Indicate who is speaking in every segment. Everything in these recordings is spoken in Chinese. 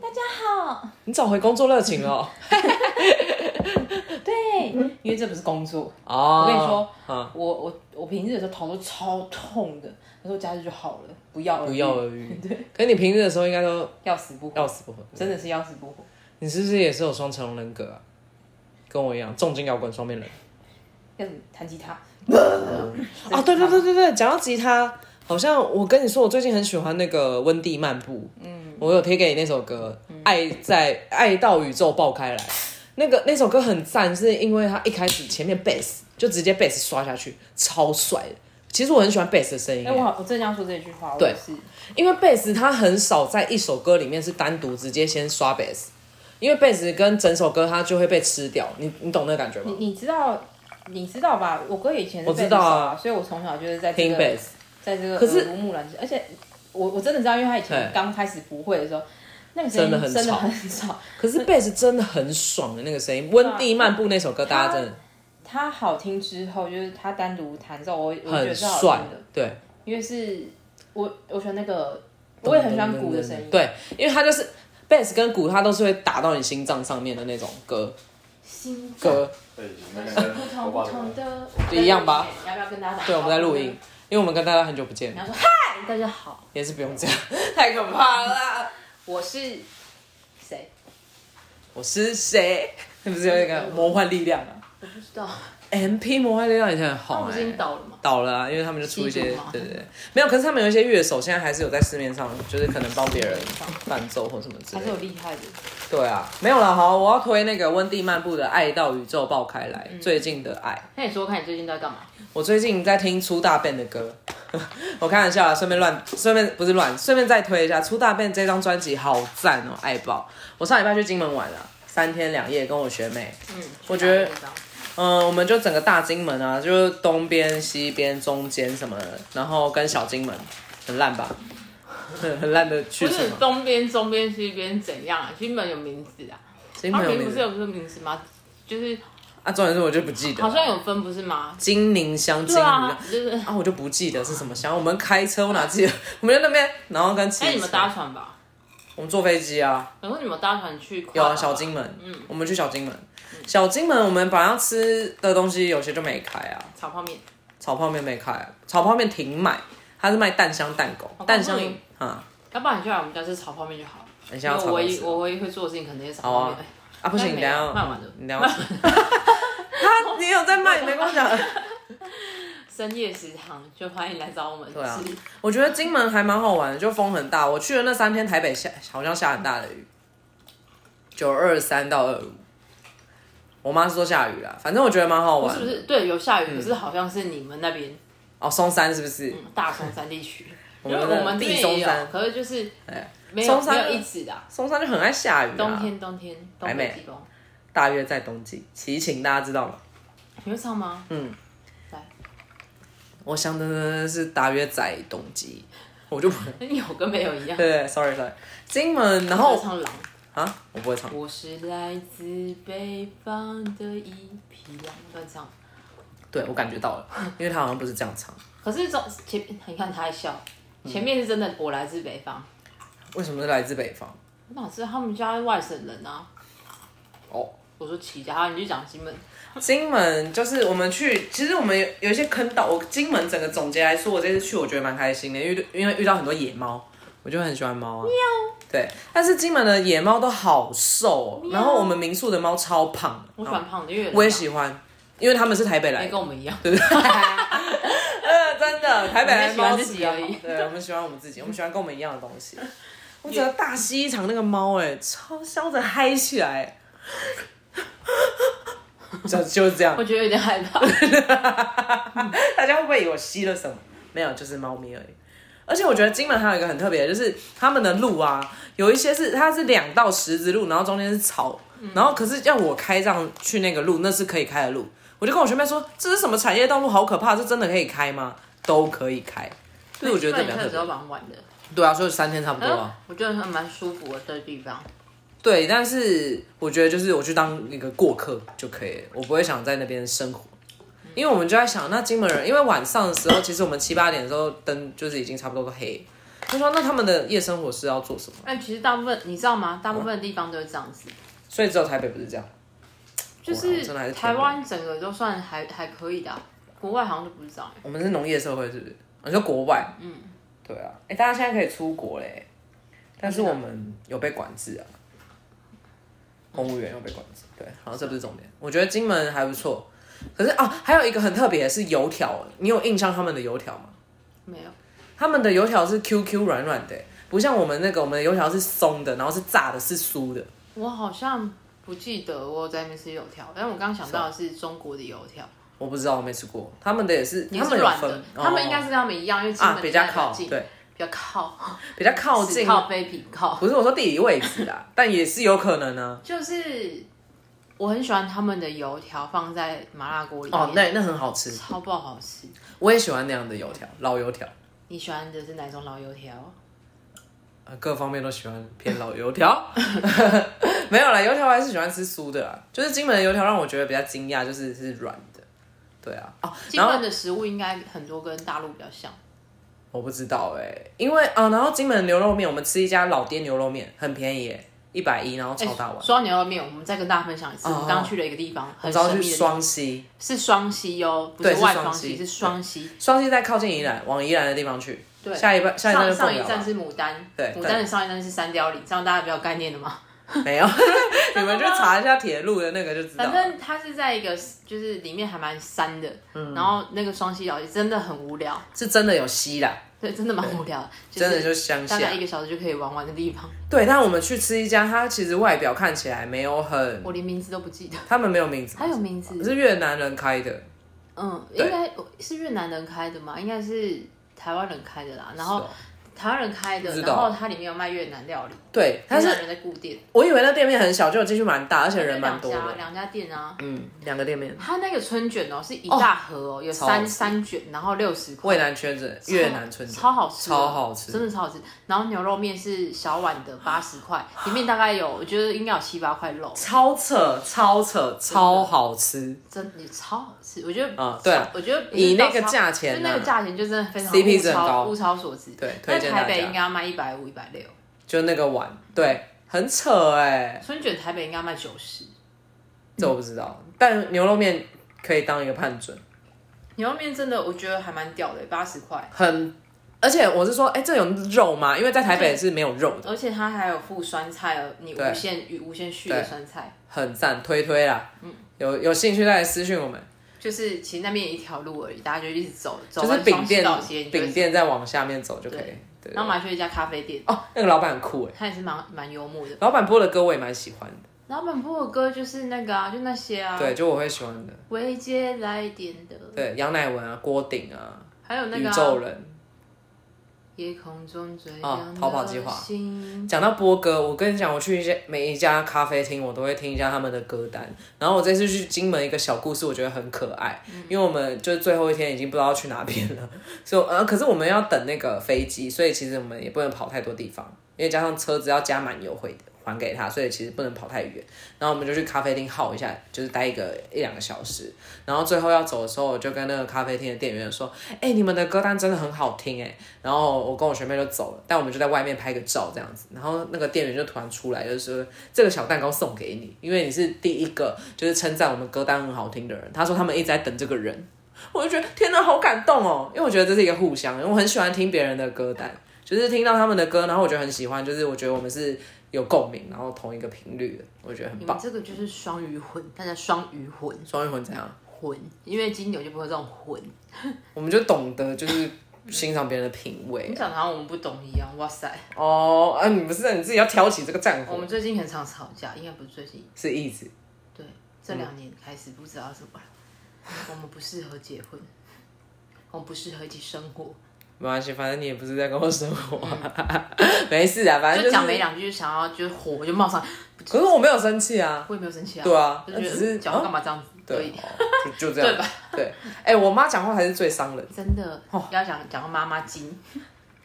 Speaker 1: 么？
Speaker 2: 你找回工作热情 了
Speaker 1: 对，因为这不是工作。
Speaker 2: 哦。
Speaker 1: 我跟你说，
Speaker 2: 啊，
Speaker 1: 我我我平日的时候头都超痛的，可是我假日就好了，不药而愈
Speaker 2: 不药而愈。嗯对，可是你平日的时候应该都
Speaker 1: 要死不活，
Speaker 2: 要死不活。
Speaker 1: 真的是要死不活。
Speaker 2: 你是不是也是有双重人格啊？跟我一样，重金摇滚双面人。
Speaker 1: 要怎么弹 吉他？
Speaker 2: 啊，对对对对对，讲到吉他，好像我跟你说，我最近很喜欢那个温蒂漫步，嗯，我有贴给你那首歌，爱在爱到宇宙爆开来，那个那首歌很赞，是因为它一开始前面 bass 就直接 bass 刷下去，超帅的。其实我很喜欢 bass 的声音
Speaker 1: 哎、
Speaker 2: 耶，
Speaker 1: 我好，我正要说这句话，我
Speaker 2: 对
Speaker 1: 也是
Speaker 2: 因为 bass 它很少在一首歌里面是单独直接先刷 bass，因为 bass 跟整首歌它就会被吃掉，你你懂那个感觉
Speaker 1: 你
Speaker 2: 吗？
Speaker 1: 你知道你知道吧？我哥以前是
Speaker 2: 我知道啊
Speaker 1: bass 手所以我从小就是在这
Speaker 2: 听
Speaker 1: 个
Speaker 2: bass，
Speaker 1: 在这个
Speaker 2: 可是
Speaker 1: 耳濡目染之，而且我我真的知道，因为他以前
Speaker 2: 对
Speaker 1: 刚开始不会的时候，那个声音
Speaker 2: 真的很
Speaker 1: 真的
Speaker 2: 吵
Speaker 1: 很吵，
Speaker 2: 可是 bass 真的很爽的那个声音，
Speaker 1: 啊
Speaker 2: 温蒂漫步那首歌大家真的。
Speaker 1: 它好听之后，就是它单独弹奏，我我觉
Speaker 2: 很
Speaker 1: 得是好
Speaker 2: 帅
Speaker 1: 听的，，
Speaker 2: 对，
Speaker 1: 因为是我我喜欢那个，我也很喜欢鼓的声音，
Speaker 2: 对，因为它就是 bass 跟鼓，它都是会打到你心脏上面的那种歌
Speaker 1: 心脏
Speaker 2: 歌。
Speaker 3: 对，那
Speaker 1: 是
Speaker 3: 个
Speaker 1: 不
Speaker 3: 头
Speaker 1: 同不
Speaker 3: 发
Speaker 1: 同的，
Speaker 2: 就一样吧。
Speaker 1: 要不要跟大家打？
Speaker 2: 对，我们在录音，，因为我们跟大家很久不见
Speaker 1: 你，要说嗨，大家好，
Speaker 2: 也是不用这样， 太可怕了啦。
Speaker 1: 我是谁？
Speaker 2: 我是谁？ 是不是有那个魔幻力量啊
Speaker 1: 我不知道，
Speaker 2: ？MP 魔幻力量以前很
Speaker 1: 他
Speaker 2: 红
Speaker 1: 不
Speaker 2: 哎、
Speaker 1: 是啊已经倒了吗？
Speaker 2: 倒了啊，因为他们就出一
Speaker 1: 吸
Speaker 2: 些
Speaker 1: 毒吗，
Speaker 2: 对对对，没有。可是他们有一些乐手，现在还是有在市面上，就是可能帮别人伴奏或什么之
Speaker 1: 还
Speaker 2: 类
Speaker 1: 是
Speaker 2: 的
Speaker 1: 有。厉害的，
Speaker 2: 对啊，没有了。好，我要推那个温蒂漫步的《爱到宇宙爆开来》，最近的爱。
Speaker 1: 那你说说看你最近都在干嘛？
Speaker 2: 我最近在听出大便的歌， 我开玩笑啦，啊顺便乱，顺便不是乱，顺便再推一下出大便这张专辑，好赞哦，爱爆！我上礼拜去金门玩了，三天两夜，跟我学妹，
Speaker 1: 嗯，
Speaker 2: 我觉得
Speaker 1: 去哪里的地方
Speaker 2: 嗯，我们就整个大金门啊，就是东边、西边、中间什么的，然后跟小金门，很烂吧？ 很很烂的去
Speaker 4: 不
Speaker 2: 处
Speaker 4: 是
Speaker 2: 吗？
Speaker 4: 东边、中边、西边怎样啊？金门有名字啊？
Speaker 2: 金
Speaker 4: 它
Speaker 2: 门有
Speaker 4: 名
Speaker 2: 名
Speaker 4: 不是
Speaker 2: 字
Speaker 4: 有个名字吗？就是
Speaker 2: 啊，重点是我就不记得，
Speaker 4: 好像有分不是吗？
Speaker 2: 金陵乡、金
Speaker 4: 对
Speaker 2: 陵
Speaker 4: 啊
Speaker 2: 乡，
Speaker 4: 就是。
Speaker 2: 啊，我就不记得是什么乡。我们开车，我哪记得？ 我们在那边，然后跟骑
Speaker 4: 哎，你们
Speaker 2: 车
Speaker 4: 搭船吧？
Speaker 2: 我们坐飞机啊。
Speaker 4: 然后你们搭船去跨
Speaker 2: 有
Speaker 4: 岛吧
Speaker 2: 啊，小金门，
Speaker 4: 嗯
Speaker 2: 我们去小金门，小金门我们本来要吃的东西有些就没开啊，
Speaker 4: 炒泡面，
Speaker 2: 炒泡面没开，炒泡面停卖，它是卖蛋香蛋狗，
Speaker 4: 好
Speaker 2: 蛋香
Speaker 4: 棒哦
Speaker 2: 啊，
Speaker 4: 要不然你就来我们家吃炒泡面就好了。
Speaker 2: 等
Speaker 4: 因
Speaker 2: 一下
Speaker 4: 为
Speaker 2: 要
Speaker 4: 我
Speaker 2: 炒
Speaker 4: 唯
Speaker 2: 面
Speaker 4: 一
Speaker 2: 吃
Speaker 4: 我唯一会做的事情可能也是炒
Speaker 2: 好
Speaker 4: 泡
Speaker 2: 啊
Speaker 4: 面。哎
Speaker 2: 啊，不行，
Speaker 4: 但
Speaker 2: 你
Speaker 4: 没
Speaker 2: 等一下
Speaker 4: 有
Speaker 2: 要
Speaker 4: 卖完了
Speaker 2: 你等一下要吃。 他你有在卖，你没啊跟我讲。
Speaker 4: 深夜食堂就欢迎来找我们
Speaker 2: 对啊
Speaker 4: 吃。
Speaker 2: 我觉得金门还蛮好玩的，就风很大。我去的那三天，台北下好像下很大的雨，九二三到二五。我妈是说下雨啊啦，反正我觉得蛮好玩
Speaker 4: 是
Speaker 2: 的。
Speaker 4: 不是？对，有下雨，
Speaker 2: 嗯
Speaker 4: 可是好像是你们那边
Speaker 2: 哦，松山是不是？
Speaker 4: 嗯大松山地区，因
Speaker 2: 们
Speaker 4: 为
Speaker 2: 的
Speaker 4: 我们这边
Speaker 2: 嗯地松
Speaker 4: 也有
Speaker 2: 山，
Speaker 4: 可是就是
Speaker 2: 哎
Speaker 4: 没有没
Speaker 2: 松山
Speaker 4: 有一直的啊。
Speaker 2: 松山就很爱下雨、啊，
Speaker 4: 冬天，冬天，
Speaker 2: 还
Speaker 4: 东
Speaker 2: 没
Speaker 4: 北季风，
Speaker 2: 大约在冬季。齐秦大家知道吗？
Speaker 4: 你会唱吗？
Speaker 2: 嗯，
Speaker 4: 来，
Speaker 2: 我想的是大约在冬季，我就不
Speaker 4: 那你有跟没有一样。
Speaker 2: 对对，sorry sorry。金门，然
Speaker 4: 然后
Speaker 2: 后
Speaker 4: 唱狼，
Speaker 2: 啊，我不会唱，
Speaker 4: 我是来自北方的一匹狼，乱唱。
Speaker 2: 对我感觉到了，因为他好像不是这样唱，
Speaker 4: 可是中前你看他还笑，前面是真的我来自北方，
Speaker 2: 为什么是来自北方？
Speaker 4: 我哪知道他们家外省人啊？
Speaker 2: 哦，
Speaker 4: 我说齐家，啊你就讲金门，
Speaker 2: 金门就是我们去，其实我们有有一些坑道。我金门整个总结来说，我这次去我觉得蛮开心的，因为因为遇到很多野猫，我就很喜欢猫啊。对，但是金门的野猫都好瘦、哦，然后我们民宿的猫超胖的。
Speaker 4: 我喜欢胖的，因为
Speaker 2: 我也喜欢，因为他们是台北来
Speaker 4: 欢，
Speaker 2: 的
Speaker 4: 跟，我们一样。
Speaker 2: 对 不对？呃，真的，台北来的
Speaker 4: 我
Speaker 2: 猫
Speaker 4: 们喜欢自己而已
Speaker 2: 是比较好对，我们喜欢我们自己，我们喜欢跟我们一样的东 西。我觉得大西一场那个猫，哎，超嚣着嗨起来，就就是这样
Speaker 4: 我。觉得有点害怕，
Speaker 2: 大家会不会以为我吸了什么？没有，就是猫咪而已。而且我觉得金门还有一个很特别的，就是他们的路啊，有一些是它是两道石子路，然后中间是草，
Speaker 4: 嗯
Speaker 2: 然后可是要我开这样去那个路，那是可以开的路。我就跟我学妹说，这是什么产业道路，好可怕，这真的可以开吗？都可以开，所以我觉得这
Speaker 4: 那
Speaker 2: 比
Speaker 4: 你
Speaker 2: 较
Speaker 4: 看的
Speaker 2: 特
Speaker 4: 时候
Speaker 2: 别。
Speaker 4: 蛮晚的，
Speaker 2: 对啊，所以三天差不多啊。
Speaker 4: 我觉得还蛮舒服的这个地方。
Speaker 2: 对，但是我觉得就是我去当一个过客就可以了，我不会想在那边生活，因为我们就在想，那金门人，因为晚上的时候，其实我们七八点的时候灯就是已经差不多都黑，我说那他们的夜生活是要做什么？
Speaker 4: 但其实大部分你知道吗？大部分的地方都是这样子，
Speaker 2: 所以只有台北不是这样。
Speaker 4: 就
Speaker 2: 果然
Speaker 4: 是
Speaker 2: 真的还是
Speaker 4: 台湾整个都算还还可以的啊、国外好像就不是这样。
Speaker 2: 我们是农业社会，是不是？我说国外，嗯，对啊，哎、大家现在可以出国嘞，但是我们有被管制啊，公务员有被管制，对，好像这不是重点。我觉得金门还不错，可是啊，还有一个很特别的是油条，你有印象他们的油条吗？
Speaker 4: 没有，
Speaker 2: 他们的油条是 QQ 软软的、欸不像我们那个，我们的油条是松的，然后是炸的，是酥的。
Speaker 4: 我好像不记得我有在那边吃油条，但我刚想到的是中国的油条，
Speaker 2: 我不知道，我没吃过。他们的也是，
Speaker 4: 也
Speaker 2: 啊他
Speaker 4: 是
Speaker 2: 们有
Speaker 4: 软
Speaker 2: 分
Speaker 4: 的，，他们应该
Speaker 2: 哦
Speaker 4: 是跟他们一样，因为金
Speaker 2: 啊
Speaker 4: 门
Speaker 2: 比
Speaker 4: 离
Speaker 2: 较
Speaker 4: 台湾
Speaker 2: 靠
Speaker 4: 近，
Speaker 2: 对，
Speaker 4: 比较靠
Speaker 2: 比较靠
Speaker 4: 只
Speaker 2: 近，
Speaker 4: 靠背比靠，
Speaker 2: 不是我说地理位置 啊，但也是有可能啊。
Speaker 4: 就是我很喜欢他们的油条放在麻辣锅里面，
Speaker 2: 哦，那那很好吃，
Speaker 4: 超爆好吃。
Speaker 2: 我也喜欢那样的油条，老油条，
Speaker 4: 你喜欢的是哪种老油条？
Speaker 2: 啊，各方面都喜欢偏老油条。没有啦，油条还是喜欢吃酥的啦。就是金门的油条让我觉得比较惊讶，就是是软的。对啊，哦，
Speaker 4: 金
Speaker 2: 然后
Speaker 4: 门的食物应该很多跟大陆比较像，
Speaker 2: 我不知道哎、因为啊、然后金门牛肉面，我们吃一家老爹牛肉面很便宜、欸，一百一，然后超大碗。
Speaker 4: 哎说到牛肉面，我们再跟大家分享一次，
Speaker 2: 哦
Speaker 4: 我们刚刚去了一个地方，哎很
Speaker 2: 然后
Speaker 4: 神
Speaker 2: 去
Speaker 4: 秘的地方，
Speaker 2: 双溪，
Speaker 4: 是双溪哦，不
Speaker 2: 对
Speaker 4: 是
Speaker 2: 是
Speaker 4: 外
Speaker 2: 双
Speaker 4: 双
Speaker 2: 溪
Speaker 4: 溪，是双溪。
Speaker 2: 双溪再靠近宜兰，往宜兰的地方去。
Speaker 4: 对
Speaker 2: 下一半下一站
Speaker 4: 上
Speaker 2: 就
Speaker 4: 上
Speaker 2: 凤
Speaker 4: 一
Speaker 2: 寮
Speaker 4: 站
Speaker 2: 了。啊
Speaker 4: 是牡丹，
Speaker 2: 对
Speaker 4: 牡丹的上一站是三貂岭，这样大家比较有概念的嘛。
Speaker 2: 没有，你们去查一下铁路的那个就知道了。
Speaker 4: 反正它是在一个就是里面还蛮山的，
Speaker 2: 嗯
Speaker 4: 然后那个双溪小也真的很无聊，
Speaker 2: 是真的有溪啦，
Speaker 4: 对，真的蛮无聊的，
Speaker 2: 真的
Speaker 4: 是
Speaker 2: 就乡
Speaker 4: 大
Speaker 2: 下嗯
Speaker 4: 概。一个小时就可以玩完的地方，
Speaker 2: 对，但我们去吃一家，它其实外表看起来没有很，
Speaker 4: 我连名字都不 记得。
Speaker 2: 他们没有名字，
Speaker 4: 还有名字，
Speaker 2: 是越南人开的，
Speaker 4: 嗯，
Speaker 2: 对
Speaker 4: 应该是越南人开的嘛，应该是台湾人开的啦。然后
Speaker 2: 是哦
Speaker 4: 台湾人开的
Speaker 2: 不，知道
Speaker 4: 然后它里面有卖越南料理，
Speaker 2: 对，但
Speaker 4: 越
Speaker 2: 是
Speaker 4: 南人在顾店，
Speaker 2: 我以为那店面很小，就进去蛮大，而且人蛮多
Speaker 4: 就两家
Speaker 2: 的。
Speaker 4: 两家店啊。
Speaker 2: 嗯，两个店面，
Speaker 4: 它那个春卷哦，是一大盒哦，有
Speaker 2: 超好
Speaker 4: 三
Speaker 2: 吃
Speaker 4: 三卷，然后六十块，
Speaker 2: 越南圈子，越南村子，
Speaker 4: 超好吃的，
Speaker 2: 超好吃啊
Speaker 4: 真的超好吃。然后牛肉面是小碗的八十块，里面大概有我觉得应该有七八块肉，
Speaker 2: 超扯，超扯，超好吃。
Speaker 4: 真的超好吃。我觉得
Speaker 2: 啊对啊
Speaker 4: 我觉得
Speaker 2: 以那个
Speaker 4: 超
Speaker 2: 价钱啊
Speaker 4: 就那个价钱就真的非常
Speaker 2: CP
Speaker 4: 物
Speaker 2: 值很高
Speaker 4: 超物超所值。
Speaker 2: 对推
Speaker 4: 那
Speaker 2: 荐
Speaker 4: 台
Speaker 2: 大
Speaker 4: 北
Speaker 2: 家
Speaker 4: 应该要卖一百五、一百六，
Speaker 2: 就那个碗，对，很扯哎、
Speaker 4: 春卷台北应该要卖九十，
Speaker 2: 这我不知道，但牛肉面可以当一个判准，
Speaker 4: 牛肉面真的我觉得还蛮屌的，八十块，
Speaker 2: 很，而且我是说，哎、这有肉吗？因为在台北是没有肉的，
Speaker 4: 而且它还有附酸菜哦，你
Speaker 2: 对
Speaker 4: 无限与无限续的
Speaker 2: 对
Speaker 4: 酸菜，
Speaker 2: 很赞，推推啦，
Speaker 4: 嗯
Speaker 2: 有有兴趣再来私讯我们。
Speaker 4: 就是其实那边也一条路而已，大家就一直走，走
Speaker 2: 就是
Speaker 4: 完
Speaker 2: 饼
Speaker 4: 双溪
Speaker 2: 店
Speaker 4: 老街，你就会
Speaker 2: 饼店再往下面走就可以。对
Speaker 4: 对，
Speaker 2: 对
Speaker 4: 然后买去一家咖啡店，
Speaker 2: 哦，那个老板很酷哎，
Speaker 4: 他也是蛮蛮幽默的。
Speaker 2: 老板播的歌我也蛮喜欢的，
Speaker 4: 老板播的歌就是那个啊，就那些啊，
Speaker 2: 对，就我会喜欢的，
Speaker 4: 维接来点的，
Speaker 2: 对，杨乃文啊，郭顶啊，
Speaker 4: 还有那
Speaker 2: 宇
Speaker 4: 个、
Speaker 2: 宙
Speaker 4: 啊、
Speaker 2: 人。
Speaker 4: 夜空中最
Speaker 2: 啊
Speaker 4: 亮的
Speaker 2: 逃跑计划
Speaker 4: 星
Speaker 2: 讲到播歌，我跟你讲，我去一些每一家咖啡厅，我都会听一下他们的歌单。然后我这次去金门一个小故事，我觉得很可爱，因为我们就是最后一天已经不知道要去哪边了， 所以呃，可是我们要等那个飞机，所以其实我们也不能跑太多地方，因为加上车子要加满油回还给他，所以其实不能跑太远。然后我们就去咖啡厅耗一下，就是待一个一两个小时。然后最后要走的时候，我就跟那个咖啡厅的店员说：“哎、你们的歌单真的很好听哎、然后我跟我学妹就走了，但我们就在外面拍个照这样子。然后那个店员就突然出来，就是说这个小蛋糕送给你，因为你是第一个就是称赞我们歌单很好听的人。他说他们一直在等这个人， 我就觉得天哪，好感动哦，因为我觉得这是一个互相，因为我很喜欢听别人的歌单，就是听到他们的歌，然后我觉得很喜欢，就是我觉得我们是有共鸣，然后同一个频率的，我觉得很
Speaker 4: 你们
Speaker 2: 棒。
Speaker 4: 这个就是双鱼魂，大家双鱼魂
Speaker 2: 双鱼魂怎样？
Speaker 4: 魂，因为金牛就不会有这种魂。
Speaker 2: 我们就懂得就是欣赏别人的品
Speaker 4: 你
Speaker 2: 味
Speaker 4: 讲的好像我们不懂一样，哇塞！
Speaker 2: 哦。啊，你不是你自己要挑起这个战
Speaker 4: 我
Speaker 2: 火，
Speaker 4: 们最近很常吵架，应该不是最近，
Speaker 2: 是意思。
Speaker 4: 对，这
Speaker 2: 嗯
Speaker 4: 两年开始不知道怎么了，我们不适合结婚，我们不适合一起生活，
Speaker 2: 没关系，反正你也不是在跟我生活、啊， 没事啊，反正
Speaker 4: 嗯就
Speaker 2: 就
Speaker 4: 讲
Speaker 2: 是。
Speaker 4: 没两句就想要就是火就冒上来，
Speaker 2: 可是我没有生气啊，
Speaker 4: 我也没有生气啊，
Speaker 2: 对啊
Speaker 4: 我就觉
Speaker 2: 那只是
Speaker 4: 得讲话干嘛这样子，所
Speaker 2: 对，
Speaker 4: 以
Speaker 2: 哦就就这样，
Speaker 4: 对吧？
Speaker 2: 对，哎、我妈讲话才是最伤人，
Speaker 4: 真的
Speaker 2: 哦
Speaker 4: 要讲讲到妈妈经，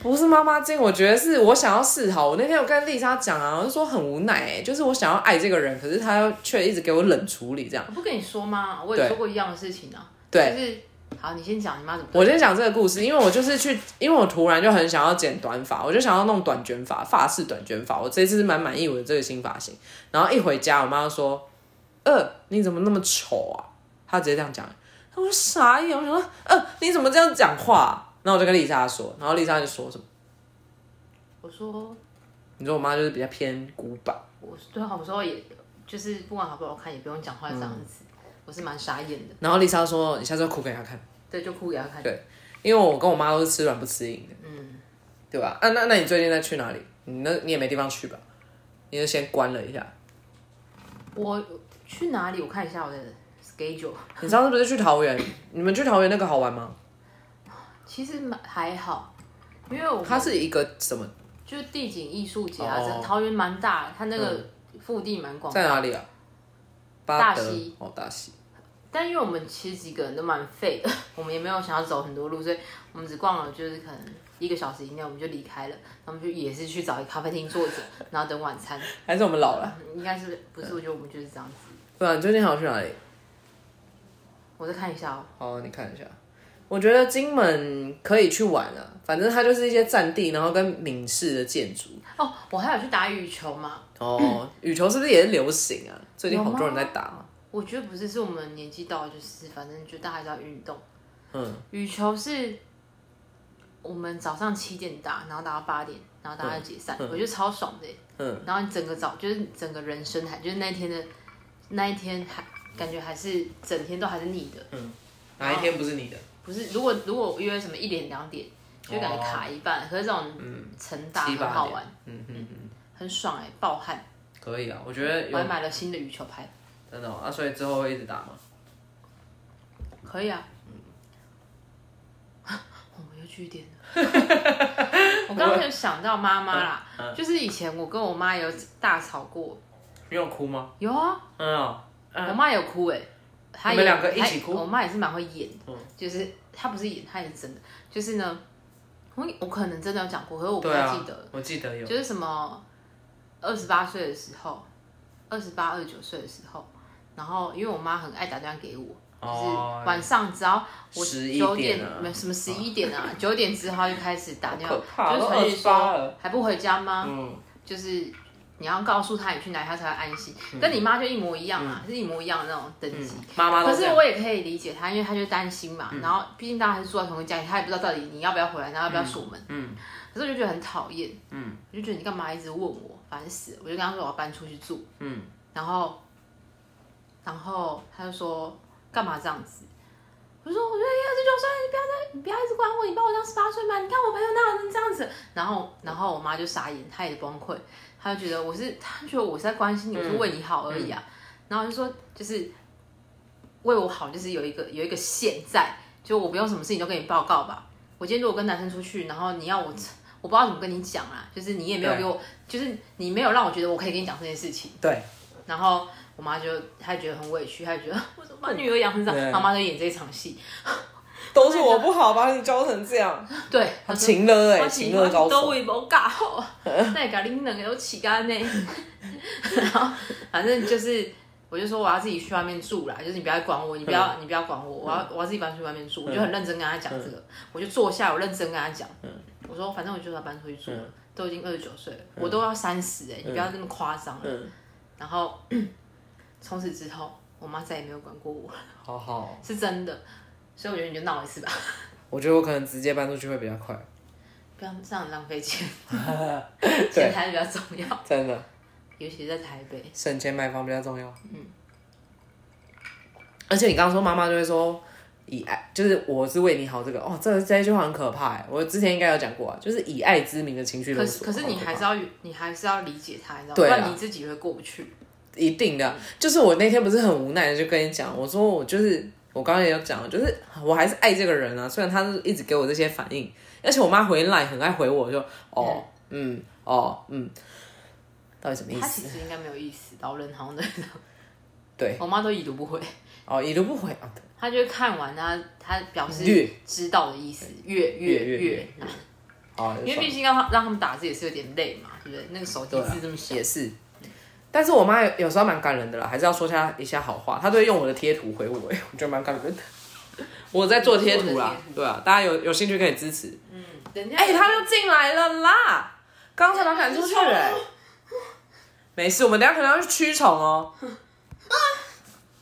Speaker 2: 不是妈妈经，我觉得是我想要示好。我那天有跟丽莎讲啊，我就说很无奈、哎，就是我想要爱这个人，可是她又却一直给我冷处理这样。
Speaker 4: 我不跟你说吗？我也
Speaker 2: 对
Speaker 4: 说过一样的事情啊，
Speaker 2: 对
Speaker 4: 就是好，你先讲你妈怎么对
Speaker 2: 我先讲这个故事，因为我就是去，因为我突然就很想要剪短发，我就想要弄短卷发，发式短卷发。我这次是蛮满意我的这个新发型。然后一回家，我妈就说：“呃，你怎么那么丑啊？”她直接这样讲，我就傻眼，我想说：“呃，你怎么这样讲话啊、然后我就跟丽莎说，然后丽莎就说什么？
Speaker 4: 我说
Speaker 2: 你说我妈就是比较偏古板，
Speaker 4: 我对啊，我说也就是不管好不好看，也不用讲话这
Speaker 2: 嗯
Speaker 4: 样子，我是蛮傻眼的，
Speaker 2: 然后丽莎说：“你下次要哭给她看。”
Speaker 4: 对，就哭给他看。
Speaker 2: 对因为我跟我妈都是吃软不吃硬的，嗯，对吧？啊，那那你最近在去哪里？你那你也没地方去吧？你就先关了一下。
Speaker 4: 我去哪里？我看一下我的 schedule，
Speaker 2: 你上次不是去桃园？你们去桃园那个好玩吗？
Speaker 4: 其实蛮还好，因为我
Speaker 2: 它是一个什么？
Speaker 4: 就是地景艺术节啊，
Speaker 2: 哦
Speaker 4: 这桃园蛮大，它那个腹地蛮广，
Speaker 2: 在哪里啊？巴
Speaker 4: 哦大
Speaker 2: 德
Speaker 4: 溪
Speaker 2: 哦，大溪。
Speaker 4: 但因为我们其实几个人都蛮废的，我们也没有想要走很多路，所以我们只逛了就是可能一个小时以内我们就离开了，然后我们就也是去找一个咖啡厅坐着，然后等晚餐，
Speaker 2: 还是我们老了？
Speaker 4: 应该是不是？我觉得我们就是这样子。
Speaker 2: 对啊，你最近还有去哪里？
Speaker 4: 我再看一下哦，
Speaker 2: 好，你看一下。我觉得金门可以去玩啊，反正它就是一些占地，然后跟闽式的建筑。
Speaker 4: 哦，我还有去打羽球嘛，
Speaker 2: 哦，羽球是不是也是流行啊？最近好多人在打嘛。
Speaker 4: 我觉得不是，是我们年纪到了，就是反正就大家还是要运动。
Speaker 2: 嗯，
Speaker 4: 羽球是我们早上七点打，然后打到八点，然后大家就解散，我觉得超爽的耶。欸
Speaker 2: 嗯，
Speaker 4: 然后你整个早就是你整个人生还就是那一天的那一天还感觉还是整天都还是腻的，
Speaker 2: 嗯哪一天不是你的？
Speaker 4: 不是？如果如果约什么一点两点，就感觉卡一半，可是这种成打
Speaker 2: 哦嗯七
Speaker 4: 很
Speaker 2: 八
Speaker 4: 啊好
Speaker 2: 点
Speaker 4: 玩，
Speaker 2: 嗯嗯嗯，
Speaker 4: 很爽哎、暴汗！
Speaker 2: 可以啊，我觉得
Speaker 4: 我还
Speaker 2: 有
Speaker 4: 买了新的羽球拍，
Speaker 2: 真的、哦、啊，所以之后会一直打吗？
Speaker 4: 可以啊。
Speaker 2: 嗯
Speaker 4: 我又去点了。 我刚刚有想到妈妈啦，
Speaker 2: 嗯
Speaker 4: 就是以前我跟我妈有大吵过，
Speaker 2: 你有哭吗？
Speaker 4: 有啊，
Speaker 2: 嗯、哦，
Speaker 4: 我妈有哭哎、欸，她
Speaker 2: 你们
Speaker 4: 也
Speaker 2: 两个一起
Speaker 4: 她
Speaker 2: 哭嗯
Speaker 4: 我妈也是蛮会演的，就是她不是演，她也是真的，就是呢，我我可能真的有讲过，可是我不
Speaker 2: 对
Speaker 4: 太
Speaker 2: 啊
Speaker 4: 记得了，，
Speaker 2: 我记得有。
Speaker 4: 就是什么二十八岁的时候，二十八二十九岁的时候，然后因为我妈很爱打电话给我，
Speaker 2: 哦
Speaker 4: 就是晚上只要我
Speaker 2: 11
Speaker 4: 九
Speaker 2: 点
Speaker 4: 点
Speaker 2: 啊
Speaker 4: 没有什么十一点 啊，九点之后就开始打电话
Speaker 2: 好可，怕
Speaker 4: 就是
Speaker 2: 都
Speaker 4: 传讯
Speaker 2: 28
Speaker 4: 说
Speaker 2: 了
Speaker 4: 还不回家吗？
Speaker 2: 嗯，
Speaker 4: 就是你要告诉她你去哪里，她才会安心。
Speaker 2: 嗯
Speaker 4: 跟你妈就一模一样啊，是一模一样的那种等级。
Speaker 2: 妈妈都
Speaker 4: 可
Speaker 2: 这
Speaker 4: 是
Speaker 2: 样嗯
Speaker 4: 我也可以理解她，因为她就担心嘛。然后毕竟大家还是住在同一个家里，她也不知道到底你要不要回来，然后要不要锁门。
Speaker 2: 嗯
Speaker 4: 可是我就觉得很讨厌，
Speaker 2: 嗯
Speaker 4: 我就觉得你干嘛一直问我，烦死了！我就跟他说我要搬出去住，
Speaker 2: 嗯，
Speaker 4: 然后，然后他就说干嘛这样子？我就说我觉得二十九岁，你不要再你不要一直管我，你把我当十八岁嘛？你看我朋友那人这样子，然后然后我妈就傻眼，她也崩溃，她就觉得我是，她觉得我是在关心你，我
Speaker 2: 嗯
Speaker 4: 是为你好而已啊。然后我就说就是为我好，就是有一个有一个现在，就我不用什么事情都跟你报告吧。我今天如果跟男生出去，然后你要我，我不知道怎么跟你讲啦，就是你也没有
Speaker 2: 对
Speaker 4: 给我，就是你没有让我觉得我可以跟你讲这件事情。
Speaker 2: 对，
Speaker 4: 然后我妈就她也觉得很委屈，她也觉得 我怎么把女儿养成这
Speaker 2: 对
Speaker 4: 样？妈妈就演这一场戏，
Speaker 2: 都是我不好，把你教成这样。
Speaker 4: 对，她
Speaker 2: 他
Speaker 4: 说
Speaker 2: 情勒哎、
Speaker 4: 我
Speaker 2: 情
Speaker 4: 是
Speaker 2: 勒高
Speaker 4: 我都
Speaker 2: 手。
Speaker 4: 为无教好， 那甲恁两个都起干呢。 然后反正就是，我就说我要自己去外面住啦，就是你不要管我，你不要、
Speaker 2: 嗯
Speaker 4: 你不要管我，我要我要自己搬出去外面住。我就很认真跟他讲这
Speaker 2: 嗯
Speaker 4: 个，我就坐下，我认真跟他讲，我说反正我就是要搬出去住
Speaker 2: 嗯
Speaker 4: 了，都已经二十九岁了，我都要三十哎，你不要这么夸张了。
Speaker 2: 嗯，
Speaker 4: 然后 从此之后，我妈再也没有管过我了，
Speaker 2: 好好，
Speaker 4: 是真的。所以我觉得你就闹一次吧，
Speaker 2: 我觉得我可能直接搬出去会比较快，
Speaker 4: 不要这样浪费 钱，钱
Speaker 2: 对
Speaker 4: 还是比较重要。
Speaker 2: 真的，
Speaker 4: 尤其是在台北，
Speaker 2: 省钱买房比较重要。嗯，而且你刚刚说妈妈就会说。以爱就是我是为你好，这个哦，这这一句话很可怕哎，我之前应该有讲过啊，就是以爱之名的情绪勒
Speaker 4: 可是
Speaker 2: 索。
Speaker 4: 可是你
Speaker 2: 好怕
Speaker 4: 还是要你还是要理解他，你知道吗？不
Speaker 2: 对啊
Speaker 4: 然你自己会过不去。
Speaker 2: 一定的，就是我那天不是很无奈的就跟你讲，我说我就是我刚刚也有讲了，就是我还是爱这个人啊，虽然他是一直给我这些反应，而且我妈回来很爱回我，就哦嗯哦嗯，到底什么意
Speaker 4: 他
Speaker 2: 思
Speaker 4: 其？实应该没有意思，老人好像都这样。
Speaker 2: 对，
Speaker 4: 我妈都已读不回，
Speaker 2: 哦已读不回啊，
Speaker 4: 她就会看完她她表示
Speaker 2: 越
Speaker 4: 知道的意思，越
Speaker 2: 越
Speaker 4: 越
Speaker 2: 越越
Speaker 4: 啊
Speaker 2: 好，就
Speaker 4: 因为
Speaker 2: 算
Speaker 4: 毕竟让他让他们打字也是有点累嘛，对不对？那个手机
Speaker 2: 对啊
Speaker 4: 字这么小，
Speaker 2: 也是，但是我妈有有时候蛮感人的啦，还是要说她一下好话，她都会用我的贴图回我，哎我觉得蛮感人的。 我在做贴图
Speaker 4: 做的
Speaker 2: 啦
Speaker 4: 贴，图
Speaker 2: 对啊，大家有有兴趣可以支持。
Speaker 4: 人家
Speaker 2: 哎、他又进来了啦！刚才他赶出去了、欸没事，我们等一下可能要去驱虫哦。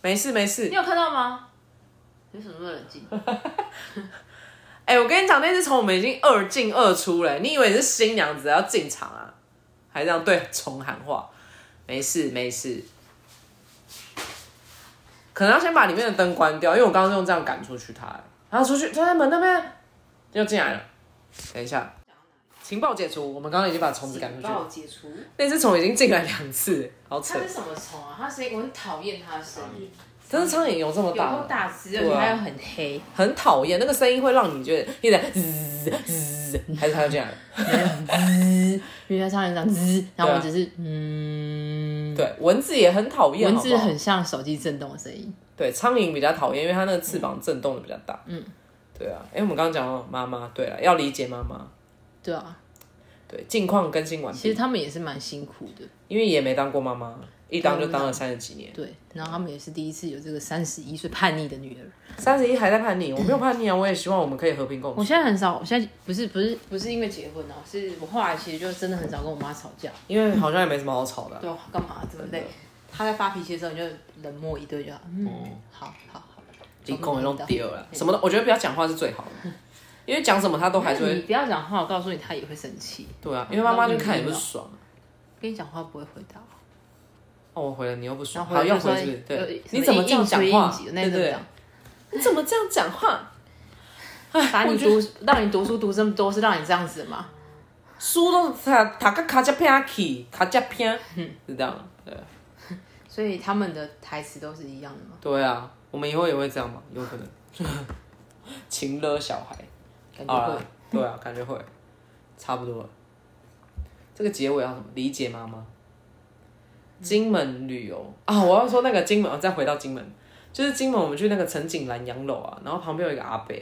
Speaker 2: 没事没事
Speaker 4: 你，有看到吗？你为什么那么冷静？
Speaker 2: 哎、我跟你讲，那只虫我们已经二进二出了、你以为你是新娘子要进场啊？还这样对虫喊话？没事没事，可能要先把里面的灯关掉，因为我刚刚用这样赶出去它、然后出去它在门那边又进来了。等一下，情报解除，我们刚刚已经把虫子赶出去
Speaker 1: 警
Speaker 2: 了
Speaker 1: 报。解除。
Speaker 2: 那只虫已经进来两次， 好扯
Speaker 1: 它！是什么虫啊？它声音我很讨厌它的声音，
Speaker 2: 但是苍蝇有这么
Speaker 1: 有
Speaker 2: 大
Speaker 1: 够
Speaker 2: 吗，
Speaker 1: 大只，而
Speaker 2: 对
Speaker 1: 且
Speaker 2: 啊
Speaker 1: 它又很黑。
Speaker 2: 很讨厌，那个声音会让你觉得一直在滋滋，还是它就这样。
Speaker 1: 因为它唱一张滋，然后我
Speaker 2: 对啊
Speaker 1: 只是嗯，
Speaker 2: 对，蚊子也很讨厌，
Speaker 4: 文
Speaker 2: 好不
Speaker 4: 字
Speaker 2: 好
Speaker 4: 很像手机震动的声音，
Speaker 2: 对，苍蝇比较讨厌，因为它那个翅膀震动的比较大。嗯，对啊，因为我们刚刚讲到妈妈，对了，要理解妈妈，
Speaker 4: 对啊，
Speaker 2: 对，近况更新完
Speaker 4: 其实
Speaker 2: 毕，
Speaker 4: 他们也是蛮辛苦的，
Speaker 2: 因为也没当过妈妈，一当就当了三十几年，
Speaker 4: 对，然后他们也是第一次有这个三十一岁叛逆的女儿。
Speaker 2: 三十一还在叛逆，我没有叛逆啊，我也希望我们可以和平共
Speaker 4: 我
Speaker 2: 处，
Speaker 4: 现在很少，我现在不是不是不是因为结婚哦、是我后来其实就真的很少跟我妈吵架，
Speaker 2: 因为好像也没什么好吵的啊、
Speaker 4: 对啊，干嘛这么累？她在发脾气的时候，你就冷漠以对就好，嗯，好好好，
Speaker 2: 离空也弄丢了，什么的，我觉得不要讲话是最好的，因为讲什么他都还是
Speaker 4: 你
Speaker 2: 会
Speaker 4: 不要讲话，我告诉你，她也会生气，
Speaker 2: 对啊，因为妈妈就看你不爽，
Speaker 4: 跟你讲话不会回答，
Speaker 2: 哦，我回了你又不
Speaker 4: 然
Speaker 2: 爽，
Speaker 4: 后
Speaker 2: 还
Speaker 4: 回
Speaker 2: 要
Speaker 4: 来就说
Speaker 2: 回是不是？
Speaker 4: 呃
Speaker 2: 对，
Speaker 4: 什
Speaker 2: 你怎么
Speaker 4: 硬
Speaker 2: 这样讲
Speaker 4: 硬
Speaker 2: 话
Speaker 4: 追硬？挤那
Speaker 2: 对
Speaker 4: 种
Speaker 2: 对
Speaker 4: 讲，
Speaker 2: 你怎么这样讲话？
Speaker 4: 把你
Speaker 2: 哎我觉得
Speaker 4: 读让你读书读这么多，是让你这样子的吗？
Speaker 2: 书都他他个卡加片起，卡加 片，
Speaker 4: 嗯
Speaker 2: 是这样吗，对
Speaker 4: 所以他们的台词都是一样的吗？
Speaker 2: 对啊，我们以后也会这样吗？有可能， 情勒小孩，
Speaker 4: 感
Speaker 2: 好
Speaker 4: 觉
Speaker 2: 啦
Speaker 4: 会，
Speaker 2: 对啊，感觉会，差不多了。这个结尾要什么？理解妈妈。金门旅游啊，我要说那个金门，哦、再回到金门，就是金门，我们去那个陈景兰洋楼啊，然后旁边有一个阿伯，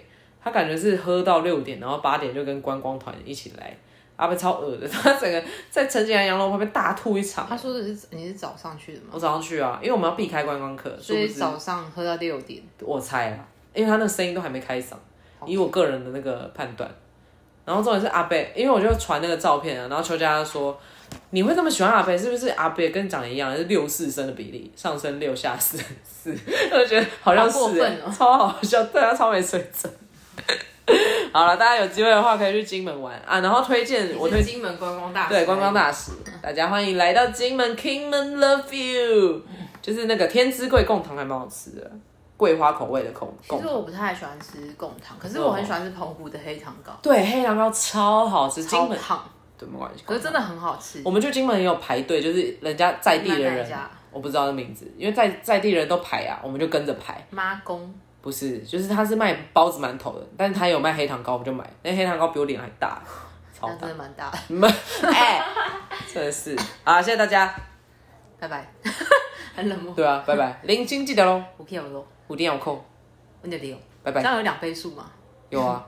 Speaker 2: 他感觉是喝到六点，然后八点就跟观光团一起来，阿伯超恶的， 他整个在陈景兰洋楼旁边大吐一场。
Speaker 4: 他说的是你是早上去的吗？
Speaker 2: 我早上去啊，因为我们要避开观光客，
Speaker 4: 所以
Speaker 2: 殊呃不知
Speaker 4: 早上喝到六点，
Speaker 2: 我猜啦，因为他那个声音都还没开嗓，以我个人的那个判断。然后重点是阿贝，因为我就传那个照片啊，然后邱佳说你会这么喜欢阿贝，是不是阿贝跟你讲的一样，是六四升的比例，上升六下四四， 我觉得好像是、欸
Speaker 4: 好过分哦
Speaker 2: 超好笑，对啊，超没水准。 好了，大家有机会的话可以去金门玩啊，然后推荐我推
Speaker 4: 是金门观光大使嗯
Speaker 2: 对，观光大使，大家欢迎来到金门，Kingman love you，就是那个天之桂贡糖还蛮好吃的，桂花口味的贡
Speaker 4: 其
Speaker 2: 贡
Speaker 4: 实
Speaker 2: 糖。
Speaker 4: 我不太喜欢吃贡糖，可是
Speaker 2: 哦
Speaker 4: 我很喜欢吃澎湖的黑糖糕，
Speaker 2: 对，黑糖糕超好吃，金
Speaker 4: 超
Speaker 2: 门
Speaker 4: 烫，
Speaker 2: 对没关系，
Speaker 4: 可是真的很好吃
Speaker 2: 我。们去金门也有排队，就是人家在地的
Speaker 4: 你买哪一
Speaker 2: 人
Speaker 4: 家，
Speaker 2: 我不知道那名字，因为在在地人都排啊，我们就跟着排。
Speaker 4: 妈公，
Speaker 2: 不是，就是他是卖包子馒头的，但是他有卖黑糖糕，我就买。那黑糖糕比我脸还 大，超
Speaker 4: 那
Speaker 2: 大
Speaker 4: 真的。蛮大的。
Speaker 2: 哦 哎、真的是，好，谢谢大家。
Speaker 4: 拜拜， 很冷漠。
Speaker 2: 对啊，拜拜。零星记得喽，
Speaker 4: 我骗我喽，
Speaker 2: 五定要扣，
Speaker 4: 我得留。
Speaker 2: 拜
Speaker 4: 这
Speaker 2: 拜。
Speaker 4: 样有两倍数吗？
Speaker 2: 有啊，